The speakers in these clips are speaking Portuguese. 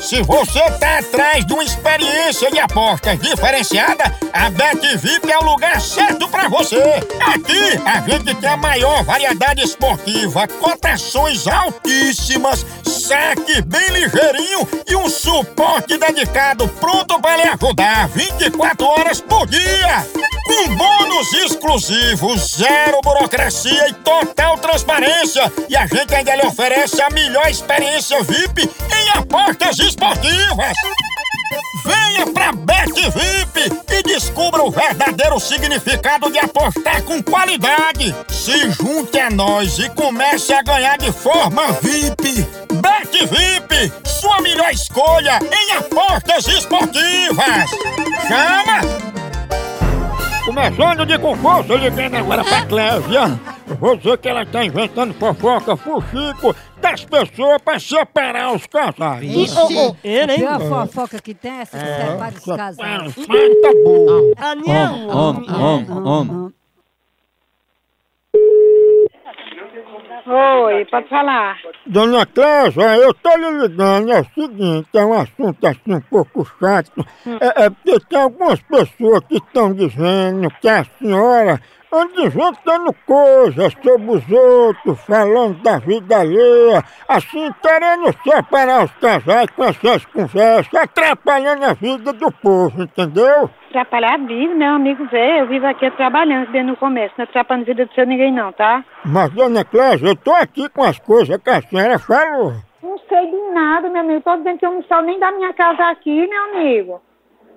Se você tá atrás de uma experiência de apostas diferenciada, a BetVip é o lugar certo pra você. Aqui a gente tem a maior variedade esportiva, cotações altíssimas, saque bem ligeirinho e um suporte dedicado pronto pra lhe ajudar 24 horas por dia. Com bônus exclusivos, zero burocracia e total transparência. E a gente ainda lhe oferece a melhor experiência VIP em apostas esportivas. Venha pra Bet VIP e descubra o verdadeiro significado de apostar com qualidade. Se junte a nós e comece a ganhar de forma VIP. Bet VIP, sua melhor escolha em apostas esportivas. Chama! Começando de concurso, ligando agora pra Clévia. Vou dizer que ela tá inventando fofoca fuxico das pessoas pra separar os casais. Ixi, Ele, hein? pior fofoca que tem é essa que separa os Para, casais. mata burro. A minha... Om, om, om. Oi, pode falar. Dona Clévia, eu tô lhe ligando, é o seguinte, é um assunto assim um pouco chato. É, é porque tem algumas pessoas que estão dizendo que a senhora anda inventando coisas sobre os outros, falando da vida alheia, assim querendo separar os casais com essas conversas, atrapalhando a vida do povo, entendeu? Atrapalhar vivo, não, amigo Zé. Eu vivo aqui trabalhando desde no começo. Não atrapalhando a vida do seu ninguém, não, tá? Mas, dona Clévia, eu tô aqui com as coisas que a senhora falou. Não sei de nada, meu amigo. Tô dizendo que eu não sou nem da minha casa aqui, meu amigo.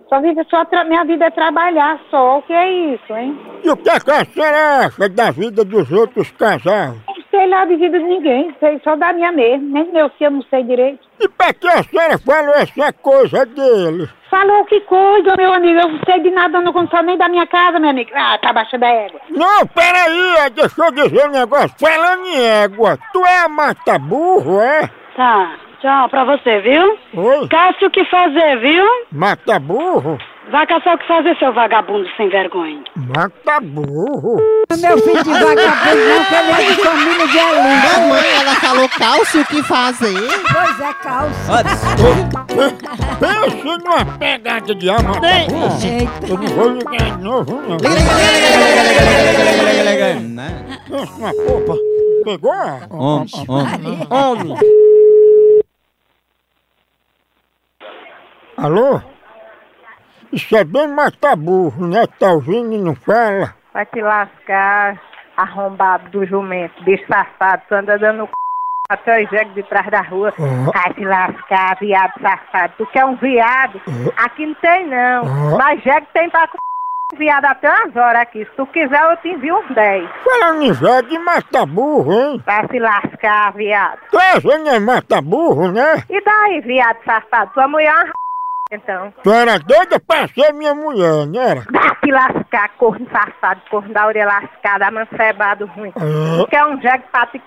Só vivo, só tra- minha vida é trabalhar só. O que é isso, hein? E o que é que a senhora acha da vida dos outros casais? Não sei lá de vida de ninguém. Sei só da minha mesmo. Nem meu filho, eu não sei direito. E pra que a senhora falou essa coisa dele? Falou que coisa, meu amigo. Eu não sei de nada, eu não consigo nem da minha casa, meu amigo. Ah, tá abaixo da égua. Não, peraí, deixa eu dizer um negócio. Falando em égua, tu é mata burro, é? Tá. Tchau pra você, viu? Oi, Cássio, o que fazer, viu? mata burro? Vai caçar o que fazer, seu vagabundo sem vergonha. Mata burro. Meu filho de vagabundo não, que ele é de família de aluno. Mamãe, ela falou cálcio, o que fazer? Pois é, calça. Pensa numa pegada de ar, mata burro. Eita. Eu não vou ligar de novo, não. Pensa numa popa. Pegou? Om, om. Homem. Alô? Isso é bem mata burro, né? Tá ouvindo e não fala? Vai te lascar, arrombado do jumento, disfarçado, tu anda dando c... até o jegue de trás da rua. Vai te lascar, viado safado. Tu quer um viado? Aqui não tem não. Mas jegue tem pra c... viado até umas horas aqui. Se tu quiser, eu te envio uns 10. Falando em velho de mata burro, hein? Vai se lascar, viado. Cláudia não é mata burro, né? E daí, viado safado? Tua mulher é uma r... então. Tu era doida pra ser minha mulher, né? não era? Vai te lascar, corno safado, corno da orelha lascada, amancebado ruim. Tu quer um jegue pra te c...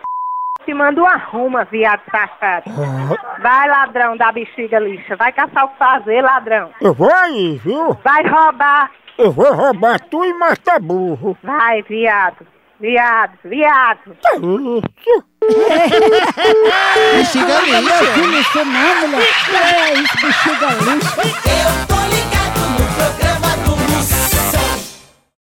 te manda uma ruma, viado safado. Ah, Vai, ladrão da bexiga lixa. Vai caçar o que fazer, ladrão. Eu vou aí, viu? Vai roubar. Eu vou roubar tu e mata burro. Tá Vai, viado. Viado, viado. Que isso? Bexiga lixa. Filho, isso não, mulher. Que é isso, bexiga lixo. Eu tô ligado.